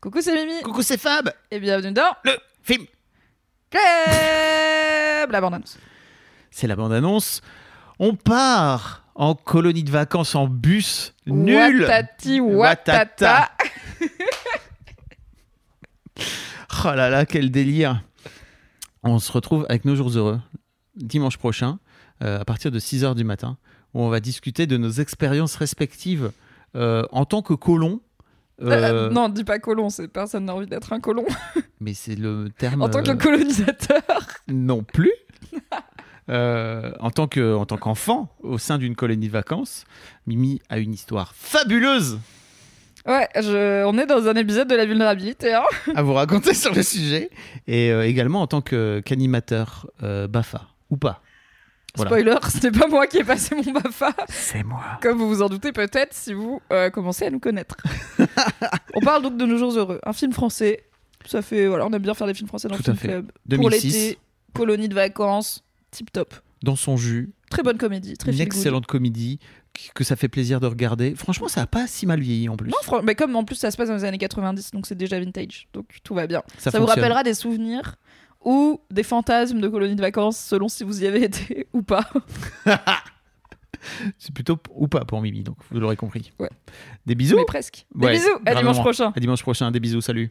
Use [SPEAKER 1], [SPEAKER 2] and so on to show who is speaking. [SPEAKER 1] Coucou, c'est Mimi.
[SPEAKER 2] Coucou, c'est Fab
[SPEAKER 1] Et bienvenue dans
[SPEAKER 2] Le film
[SPEAKER 1] Club La bande-annonce.
[SPEAKER 2] C'est la bande-annonce. On part en colonie de vacances en bus. Nul
[SPEAKER 1] Watati, watata.
[SPEAKER 2] Watata. Oh là là, quel délire On se retrouve avec nos jours heureux, dimanche prochain, euh, à partir de 6h du matin, où on va discuter de nos expériences respectives euh, en tant que colons.
[SPEAKER 1] Euh,
[SPEAKER 2] Euh,
[SPEAKER 1] non, dis pas colon, c'est personne n'a envie d'être un colon.
[SPEAKER 2] Mais c'est le terme...
[SPEAKER 1] en tant que
[SPEAKER 2] euh,
[SPEAKER 1] colonisateur.
[SPEAKER 2] non plus. Euh, en tant que- en tant qu'enfant, au sein d'une colonie de vacances, Mimi a une histoire fabuleuse
[SPEAKER 1] Ouais, je- on est dans un épisode de la vulnérabilité. Hein
[SPEAKER 2] à vous raconter sur le sujet, et euh, également en tant que- qu'animateur euh, Bafa, ou pas. Voilà.
[SPEAKER 1] Spoiler, ce n'est pas moi qui ai passé mon BAFA.
[SPEAKER 2] C'est moi.
[SPEAKER 1] Comme vous vous en doutez peut-être si vous euh, commencez à nous connaître. on parle donc de Nos Jours Heureux, un film français. Ça fait, voilà, on aime bien faire des films français dans
[SPEAKER 2] Tout
[SPEAKER 1] le film
[SPEAKER 2] à fait.
[SPEAKER 1] club. Pour
[SPEAKER 2] 2006,
[SPEAKER 1] l'été, colonie de vacances, tip top.
[SPEAKER 2] dans son jus,
[SPEAKER 1] Très bonne comédie, très
[SPEAKER 2] une
[SPEAKER 1] feel good.
[SPEAKER 2] excellente comédie qui- que ça fait plaisir de regarder. Franchement, ça a pas si mal vieilli en plus.
[SPEAKER 1] Non, fran- mais comme en plus ça se passe dans les années 90, donc c'est déjà vintage, donc tout va bien. Ça, vous
[SPEAKER 2] fonctionne.
[SPEAKER 1] rappellera des souvenirs ou des fantasmes de colonies de vacances, selon si vous y avez été ou pas.
[SPEAKER 2] C'est plutôt p- ou pas pour Mimi, donc vous l'aurez compris.
[SPEAKER 1] Ouais.
[SPEAKER 2] Des bisous.
[SPEAKER 1] Mais presque. Des
[SPEAKER 2] Ouais,
[SPEAKER 1] bisous, à
[SPEAKER 2] grave
[SPEAKER 1] dimanche
[SPEAKER 2] moment.
[SPEAKER 1] prochain.
[SPEAKER 2] À dimanche prochain. Des bisous. Salut.